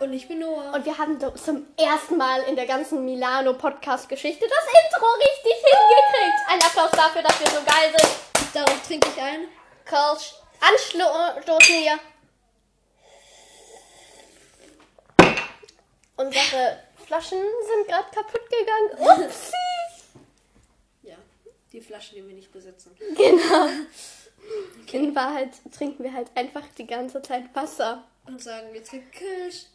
Und ich bin Noah. Und wir haben do- zum ersten Mal in der ganzen Milano-Podcast-Geschichte das Intro richtig hingekriegt. Ein Applaus dafür, dass wir so geil sind. Darauf trinke ich ein. Kölsch. Anstoßen hier. Unsere Flaschen sind gerade kaputt gegangen. Upsi. Ja. Die Flasche, die wir nicht besitzen. Genau. In Wahrheit trinken wir halt einfach die ganze Zeit Wasser. Und sagen, wir trinken Kölsch.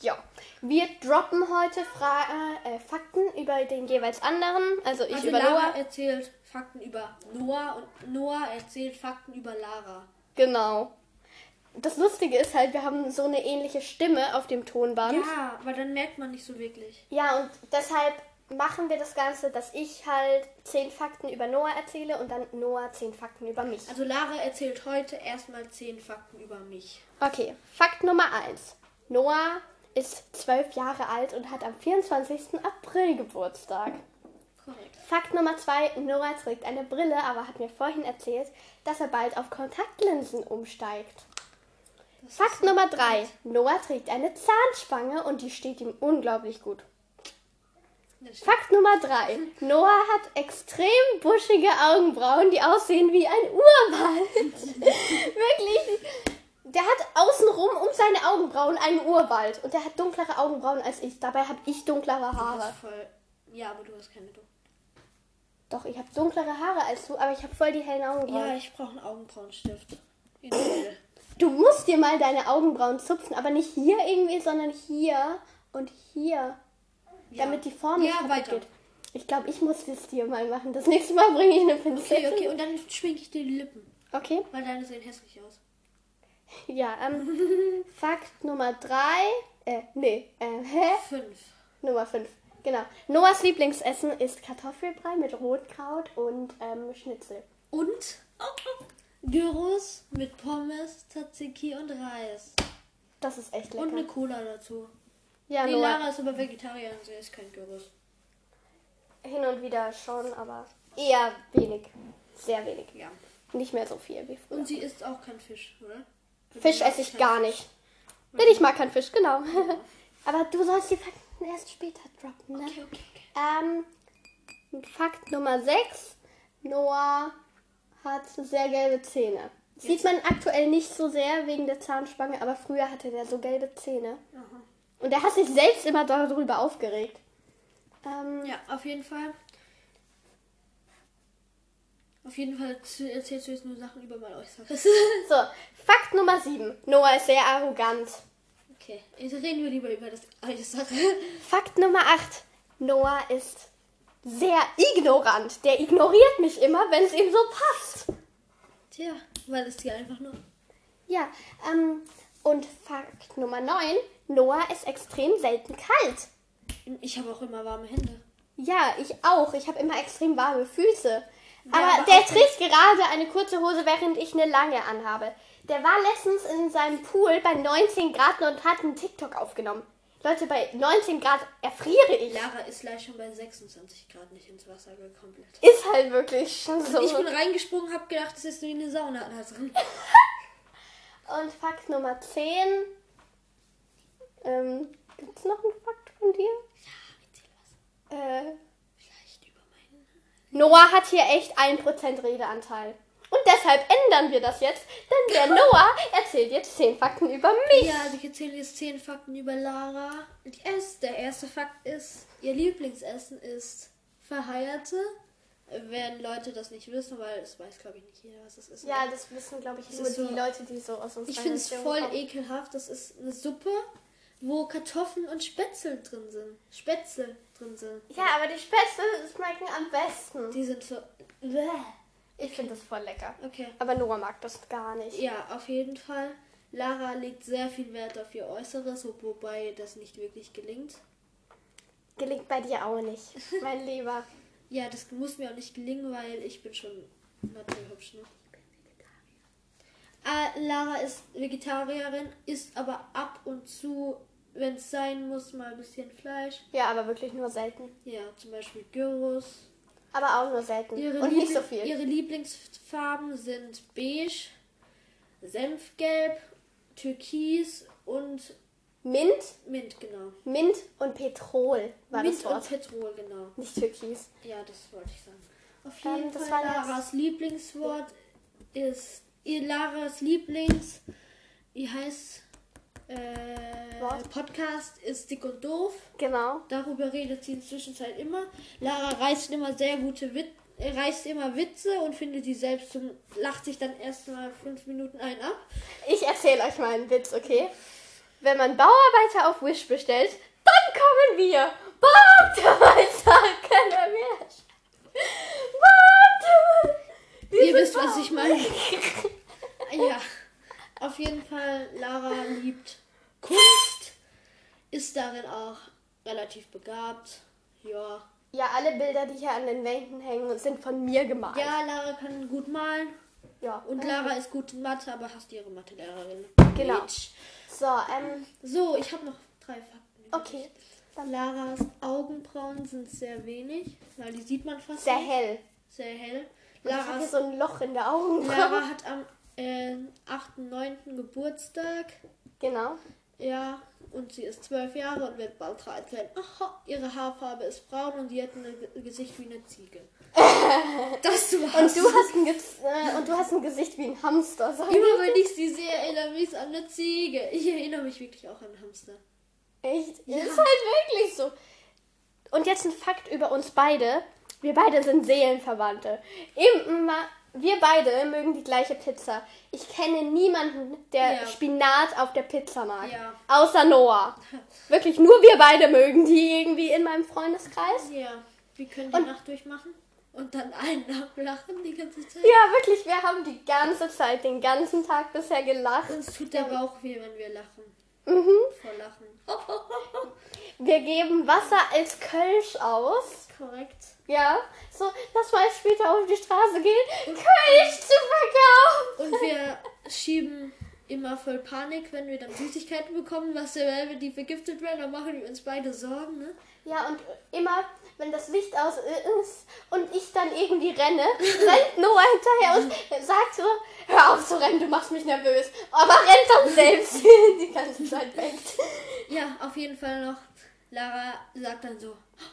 Ja. Wir droppen heute Fra äh, Fakten über den jeweils anderen. Also ich Also über Lara Noah. erzählt Fakten über Noah und Noah erzählt Fakten über Lara. Genau. Das Lustige ist halt, wir haben so eine ähnliche Stimme auf dem Tonband. Ja, aber dann merkt man nicht so wirklich. Ja, und deshalb machen wir das Ganze, dass ich halt zehn Fakten über Noah erzähle und dann Noah zehn Fakten über mich. Also Lara erzählt heute erstmal zehn Fakten über mich. Okay, Fakt Nummer eins. Noah ist zwölf Jahre alt und hat am 24. April Geburtstag. Korrekt. Fakt Nummer zwei. Noah trägt eine Brille, aber hat mir vorhin erzählt, dass er bald auf Kontaktlinsen umsteigt. Das Fakt Nummer drei. Noah trägt eine Zahnspange und die steht ihm unglaublich gut. ist- Fakt Nummer 3. Noah hat extrem buschige Augenbrauen, die aussehen wie ein Urwald. Wirklich. Der hat außenrum um seine Augenbrauen einen Urwald. Und der hat dunklere Augenbrauen als ich. Dabei habe ich dunklere Das Haare. ist voll. Ja, aber du hast keine du. Doch, ich habe dunklere Haare als du, aber ich habe voll die hellen Augenbrauen. Ja, ich brauche einen Augenbrauenstift. Individuell. Du musst dir mal deine Augenbrauen zupfen, aber nicht hier irgendwie, sondern hier und hier. Ja. Damit die Form Ja, nicht kaputt weiter. geht. Ich glaube, ich muss das dir mal machen. Das nächste Mal bringe ich eine Okay, Pinzette. okay, und dann schminke ich dir die Lippen, okay. weil deine sehen hässlich aus. Ja, ähm, Fakt Nummer 3. Äh, nee, äh, hä? Fünf. Nummer 5. Genau. Noahs Lieblingsessen ist Kartoffelbrei mit Rotkraut und ähm, Schnitzel. Und Gyros mit Pommes, Tzatziki und Reis. Das ist echt Und eine lecker. Cola dazu. Ja, Die Noah Lara ist aber Vegetarierin, sie isst kein Gyros. hin und wieder schon, aber eher wenig. Sehr wenig. Ja. Nicht mehr so viel wie früher. Und sie isst auch kein Fisch, oder? Fisch esse ich gar nicht. Denn ich mag keinen Fisch, genau. aber du sollst die Fakten erst später droppen, ne? Okay, okay, okay. Ähm, Fakt Nummer 6. Noah hat sehr gelbe Zähne. Sieht man aktuell nicht so sehr wegen der Zahnspange, aber früher hatte der so gelbe Zähne. Aha. Und er hat sich selbst immer darüber aufgeregt. Ähm, Ja, auf jeden Fall. Auf jeden Fall z- erzählst du jetzt nur Sachen über mein Äußeres. So, Fakt Nummer 7. Noah ist sehr arrogant. okay, jetzt reden wir lieber über das Äußere. Fakt Nummer 8. Noah ist sehr ignorant. Der ignoriert mich immer, wenn es ihm so passt. Tja, weil es dir einfach nur Ja, ähm, und Fakt Nummer 9. Noah ist extrem selten kalt. Ich habe auch immer warme Hände. Ja, ich auch. Ich habe immer extrem warme Füße. Aber, aber der auch trägt gerade eine kurze Hose, während ich eine lange anhabe. Der war letztens in seinem Pool bei 19 Grad und hat einen TikTok aufgenommen. Leute, bei 19 Grad erfriere ich. Lara ist gleich schon bei 26 Grad nicht ins Wasser gekommen. Komplett. Ist halt wirklich schon so. Ich bin reingesprungen, habe gedacht, es ist wie eine Sauna da drin. Und Fakt Nummer 10. Ähm, gibt's noch einen Fakt von dir? Erzähl was. Äh, Vielleicht über meinen. Noah hat hier echt 1% Redeanteil. Und deshalb ändern wir das jetzt, denn der Noah erzählt jetzt 10 Fakten über mich. Ja, also ich erzähle jetzt 10 Fakten über Lara. Die erste, der erste Fakt ist, ihr Lieblingsessen ist verheiratete. Wenn Leute das nicht wissen, weil es weiß, glaube ich, nicht jeder, was es ist. Ja, das wissen, glaube ich, Das nur ist so- die Leute, die so aus uns ich finde es voll ekelhaft. Das ist eine Suppe, wo Kartoffeln und Spätzle drin sind. Spätzle drin sind. Ja, aber die Spätzle schmecken am besten. Die sind so. Ich finde das voll lecker. Okay. Aber Noah mag das gar nicht. Ja, auf jeden Fall. Lara legt sehr viel Wert auf ihr Äußeres, wobei das nicht wirklich gelingt. Gelingt bei dir auch nicht, mein Lieber. Ja, das muss mir auch nicht gelingen, weil ich bin schon naturhübsch. Ne? Äh, Lara ist Vegetarierin, isst aber ab und zu, wenn es sein muss, mal ein bisschen Fleisch. Ja, aber wirklich nur selten. Ja, zum Beispiel Gyros. Aber auch nur selten. Ihre Und nicht so Liebli- viel. Ihre Lieblingsfarben sind beige, senfgelb, Türkis und Mint, Mint, genau. Mint und Petrol war Mint das Wort. und Petrol, genau. Nicht Türkis. Ja, das wollte ich sagen. Auf Ähm, jeden das Fall, war jetzt- Laras Lieblingswort ist. Ihr Laras Lieblings. Wie heißt. Äh, Wort? Podcast ist dick und doof. Genau. Darüber redet sie inzwischen halt immer. Lara reißt immer sehr gute Wit äh, reißt immer Witze und findet die selbst zum lacht sich dann erstmal fünf Minuten einen ab. Ich erzähle euch mal einen Witz, okay? Wenn man Bauarbeiter auf Wish bestellt, dann kommen wir. Bauarbeiter, keiner mehr. Bauarbeiter. Wir Ihr sind wisst, was ich meine. ja. Auf jeden Fall, Lara liebt Kunst, ist darin auch relativ begabt. Ja. Ja, alle Bilder, die hier an den Wänden hängen, sind von mir gemalt. Ja, Lara kann gut malen. Ja. Und Lara ist gut in Mathe, aber hasst ihre Mathelehrerin. Genau. Bitch. So, ähm, So, ich habe noch drei Fakten. okay. Laras Augenbrauen sind sehr wenig, weil die sieht man fast Sehr nicht. hell. Sehr hell. Und Ich habe hier Laras, so ein Loch in der Augenbraue. Lara hat am äh, 8.9. Geburtstag. Genau. Ja, und sie ist zwölf Jahre und wird bald 13. Aha, ihre Haarfarbe ist braun und sie hat ein Ge- Gesicht wie eine Ziege. Das war's. Und du hast ein, Gips- äh, und du hast ein Gesicht wie ein Hamster. Sag ich. Immer wenn ich sie sehe, erinnere ich mich an eine Ziege. Ich erinnere mich wirklich auch an einen Hamster. Echt? Ist halt wirklich so. Und jetzt ein Fakt über uns beide. Wir beide sind Seelenverwandte. Immer, wir beide mögen die gleiche Pizza. Ich kenne niemanden, der Ja. Spinat auf der Pizza mag. Ja. Außer Noah. Wirklich, nur wir beide mögen die irgendwie in meinem Freundeskreis. Ja, wir können die Und- Nacht durchmachen und dann einen ablachen die ganze Zeit. Ja, wirklich, wir haben die ganze Zeit, den ganzen Tag bisher gelacht. Uns tut der Bauch weh, wenn wir lachen. Mhm. Vor Lachen. Wir geben Wasser als Kölsch aus. Korrekt. Ja, so, lass mal später auf die Straße gehen. Kölsch zu verkaufen. Und wir schieben immer voll Panik, wenn wir dann Süßigkeiten bekommen, was wir, weil wir die vergiftet werden, dann machen wir uns beide Sorgen, ne? Ja, und immer, wenn das Licht aus ist und ich dann irgendwie renne, rennt Noah hinterher und sagt so, hör auf zu rennen, du machst mich nervös. Aber rennt dann selbst die ganze Zeit weg. Ja, auf jeden Fall noch. Lara sagt dann so, "Ah,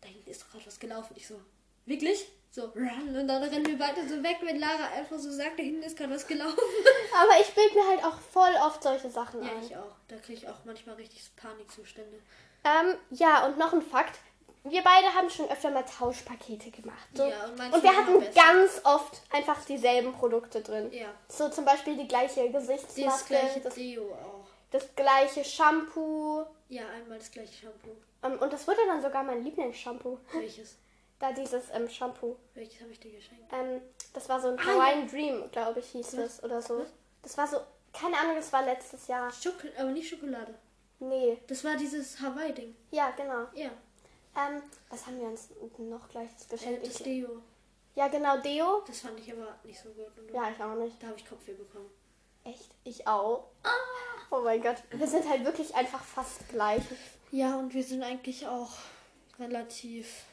da hinten ist doch gerade was gelaufen. Ich so, wirklich? So, run. Und dann rennen wir weiter so weg, wenn Lara einfach so sagt, da hinten ist gerade was gelaufen. Aber ich bild mir halt auch voll oft solche Sachen Ja, ein. ich auch. Da kriege ich auch manchmal richtig Panikzustände. Ähm, ja, und noch ein Fakt. Wir beide haben schon öfter mal Tauschpakete gemacht. So. Ja, und manchmal und wir immer hatten besser. ganz oft einfach dieselben Produkte drin. Ja. So zum Beispiel die gleiche Gesichtsmaske, Das gleiche das, Deo auch. das gleiche Shampoo. Ja, einmal das gleiche Shampoo. Ähm, und das wurde dann sogar mein Lieblingsshampoo. Welches? Da dieses ähm, Shampoo. Welches habe ich dir geschenkt? Ähm, das war so ein Ah, Mhm. Hawaiian Dream, glaube ich, hieß Ja. das oder so. Das war so, keine Ahnung, das war letztes Jahr. Schoko aber nicht Schokolade. Nee. Das war dieses Hawaii-Ding. Ja, genau. Ja, Ähm, was haben wir uns noch gleiches äh, geschenkt? das Ich, Deo. ja, genau, Deo. Das fand ich aber nicht so gut. Und Ja, ich auch nicht. Da habe ich Kopfweh bekommen. Echt? Ich auch. Oh mein Gott. Wir sind halt wirklich einfach fast gleich. Ja, und wir sind eigentlich auch relativ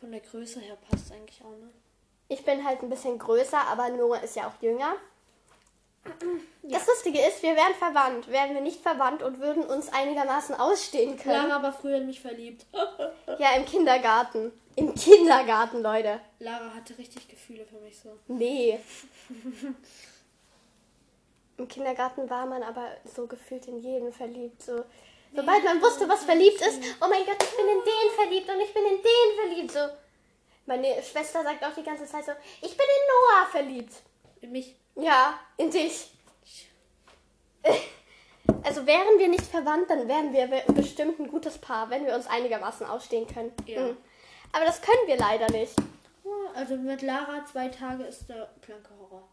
von der Größe her passt eigentlich auch, ne? Ich bin halt ein bisschen größer, aber Noah ist ja auch jünger. Das Lustige ist, wir wären verwandt. Wären wir nicht verwandt und würden uns einigermaßen ausstehen können. Lara war früher in mich verliebt. Ja, im Kindergarten. Im Kindergarten, Leute. Lara hatte richtig Gefühle für mich so. Nee. Im Kindergarten war man aber so gefühlt in jeden verliebt. So. Sobald man wusste, was verliebt ist, oh mein Gott, ich bin in den verliebt und ich bin in den verliebt. So. Meine Schwester sagt auch die ganze Zeit so, ich bin in Noah verliebt. In mich. Ja, in dich. Also wären wir nicht verwandt, dann wären wir be- bestimmt ein gutes Paar, wenn wir uns einigermaßen ausstehen können. Ja. Mhm. Aber das können wir leider nicht. Ja, also mit Lara zwei Tage ist der blanke Horror.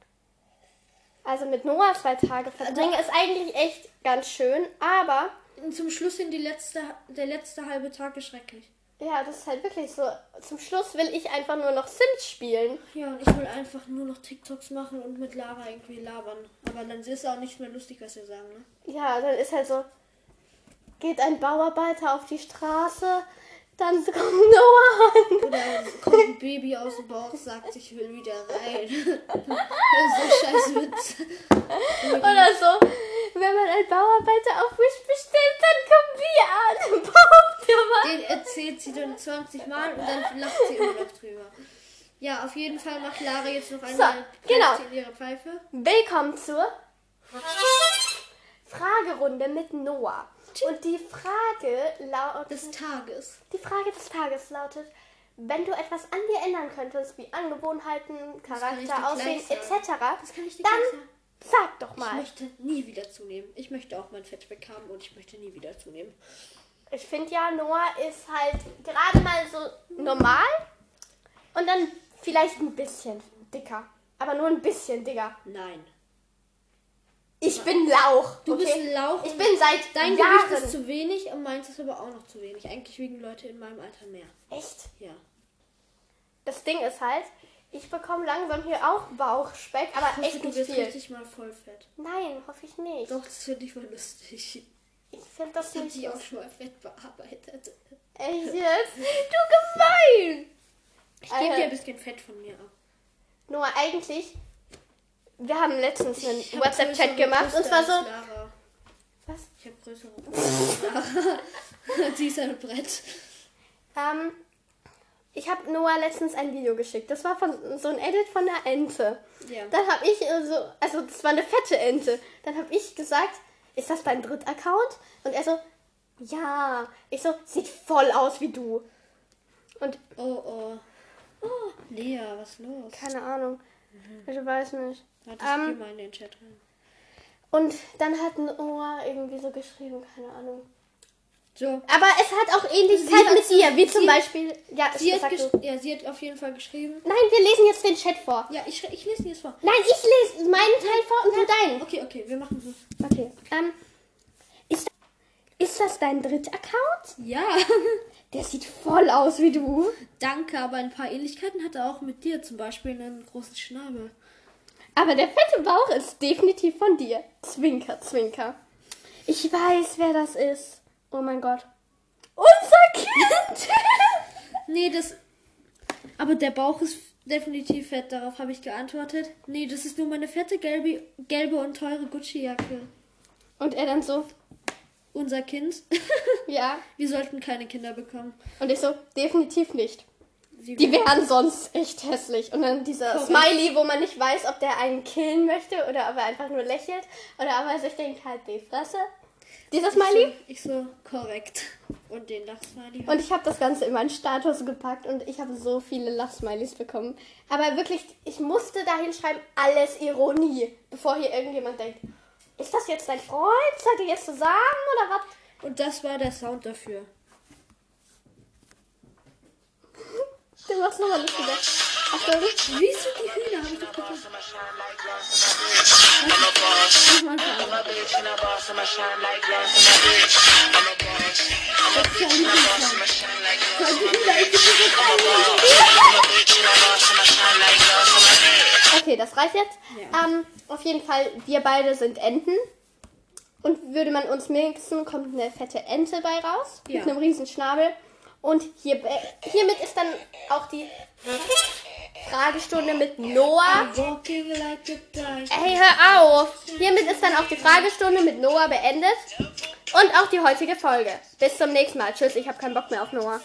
Also mit Noah zwei Tage verbringen ist eigentlich echt ganz schön, aber Und zum Schluss sind die letzte, der letzte halbe Tag ist schrecklich. ja, das ist halt wirklich so. Zum Schluss will ich einfach nur noch Sims spielen. Ja, und ich will einfach nur noch TikToks machen und mit Lara irgendwie labern. Aber dann ist auch nicht mehr lustig, was wir sagen, ne? Ja, dann ist halt so, geht ein Bauarbeiter auf die Straße, Dann kommt Noah an. Oder kommt ein Baby aus dem Bauch, sagt, ich will wieder rein. das ist so scheiß Witz. Oder so. Wenn man einen Bauarbeiter auf mich bestellt, dann kommen wir an. Überhaupt immer. Den erzählt sie dann 20 Mal und dann lacht sie immer noch drüber. Ja, auf jeden Fall macht Lara jetzt noch einmal So, genau. Pfeife in ihre Pfeife. Willkommen zur Fragerunde mit Noah. Und die Frage lautet, Des Tages. die Frage des Tages lautet, wenn du etwas an dir ändern könntest, wie Angewohnheiten, kann ich Charakter, dir gleich Aussehen sagen. etc., Das kann ich dir gleich dann sagen. sag doch Ich mal. Ich, möchte nie wieder zunehmen. Ich möchte auch mein Fett weghaben und ich möchte nie wieder zunehmen. finde ja, Noah ist halt gerade mal so normal und dann vielleicht ein bisschen dicker. Aber nur ein bisschen dicker. Nein. Ich bin Lauch. Du okay? bist ein Lauch Ich und bin seit Dein Jahren. Gewicht ist zu wenig und meins ist aber auch noch zu wenig. Eigentlich wiegen Leute in meinem Alter mehr. Echt? Ja. Das Ding ist halt, ich bekomme langsam hier auch Bauchspeck, aber Ich hoffe, echt du nicht wirst viel. richtig mal voll fett. Nein, hoffe ich nicht. Doch, das finde ich mal lustig. Ich finde das Ich habe nicht dich auch lustig. schon mal fett bearbeitet. Echt jetzt? Du gemein! Ich gebe Äh, dir ein bisschen Fett von mir ab. Nur eigentlich, wir haben letztens einen Ich hab WhatsApp-Chat größere gemacht und Brüste zwar als so. Lara. Was? Ich habe größere Brüste als Lara. Sie ist ein Brett. Ähm, ich habe Noah letztens ein Video geschickt. Das war von so ein Edit von einer Ente. Ja. Dann habe ich äh, so, also das war eine fette Ente. Dann habe ich gesagt, ist das dein Drittaccount? Und er so, ja. Ich so, sieht voll aus wie du. Und Oh, oh. Oh, Lea, was ist los? keine Ahnung, ich weiß nicht. Warte, ich Ähm, geh mal in den Chat rein. und dann hat Noah irgendwie so geschrieben, keine Ahnung. So. Aber es hat auch Ähnlichkeit mit dir, wie zum Beispiel, ja, Sie ich hat, sag du. gesch- ja, sie hat auf jeden Fall geschrieben. Nein, wir lesen jetzt den Chat vor. Ja, ich, schrei- ich lese dir das vor. Nein, ich lese meinen Teil vor und du deinen. Okay, okay, wir machen das. Okay. Ähm, ist, ist das dein Drittaccount? Ja, Der sieht voll aus wie du. danke, aber ein paar Ähnlichkeiten hat er auch mit dir. Zum Beispiel einen großen Schnabel. Aber der fette Bauch ist definitiv von dir. Zwinker, zwinker. Ich weiß, wer das ist. Oh mein Gott. Unser Kind! Nee, das. Aber der Bauch ist definitiv fett, darauf habe ich geantwortet. Nee, das ist nur meine fette, gelbe, gelbe und teure Gucci-Jacke. und er dann so, Unser Kind. ja. Wir sollten keine Kinder bekommen. Und ich so, definitiv nicht. Sie Die wären sonst echt hässlich. Und dann dieser Korrekt. Smiley, wo man nicht weiß, ob der einen killen möchte oder ob er einfach nur lächelt oder ob er sich denkt, halt die Fresse. Dieser Smiley. Ich so, korrekt. Und den Lachsmiley. Und ich habe das Ganze in meinen Status gepackt und ich habe so viele Lachsmileys bekommen. Aber wirklich, ich musste dahin schreiben, alles Ironie, bevor hier irgendjemand denkt, ist das jetzt dein Freund? Seid ihr jetzt zusammen oder was? Und das war der Sound dafür. Du machst nochmal lustiger. Achtung. Wie sind die Hühner? Hab ich doch gesagt. boss, I'm a shine like glass, I'm a bitch. I'm a boss, I'm Mach mal weiter. a bitch, and a boss, I'm a shine like glass, I'm a bitch. I'm a boss, I'm a Das ist ja ein boss, Lieblingssong. I'm a shine like glass, Weil die Hühner ist nicht I'm a boss. I'm a bitch, and a boss, I'm a shine like glass, I'm a bitch. Okay, das reicht jetzt. Ja. Ähm, auf jeden Fall, wir beide sind Enten. Und würde man uns mixen, kommt eine fette Ente bei raus. Ja. Mit einem riesen Schnabel. Und hier, hiermit ist dann auch die Fragestunde mit Noah. so. Walking like a die. Hey, hör auf! Hiermit ist dann auch die Fragestunde mit Noah beendet. Und auch die heutige Folge. Bis zum nächsten Mal. Tschüss, ich habe keinen Bock mehr auf Noah.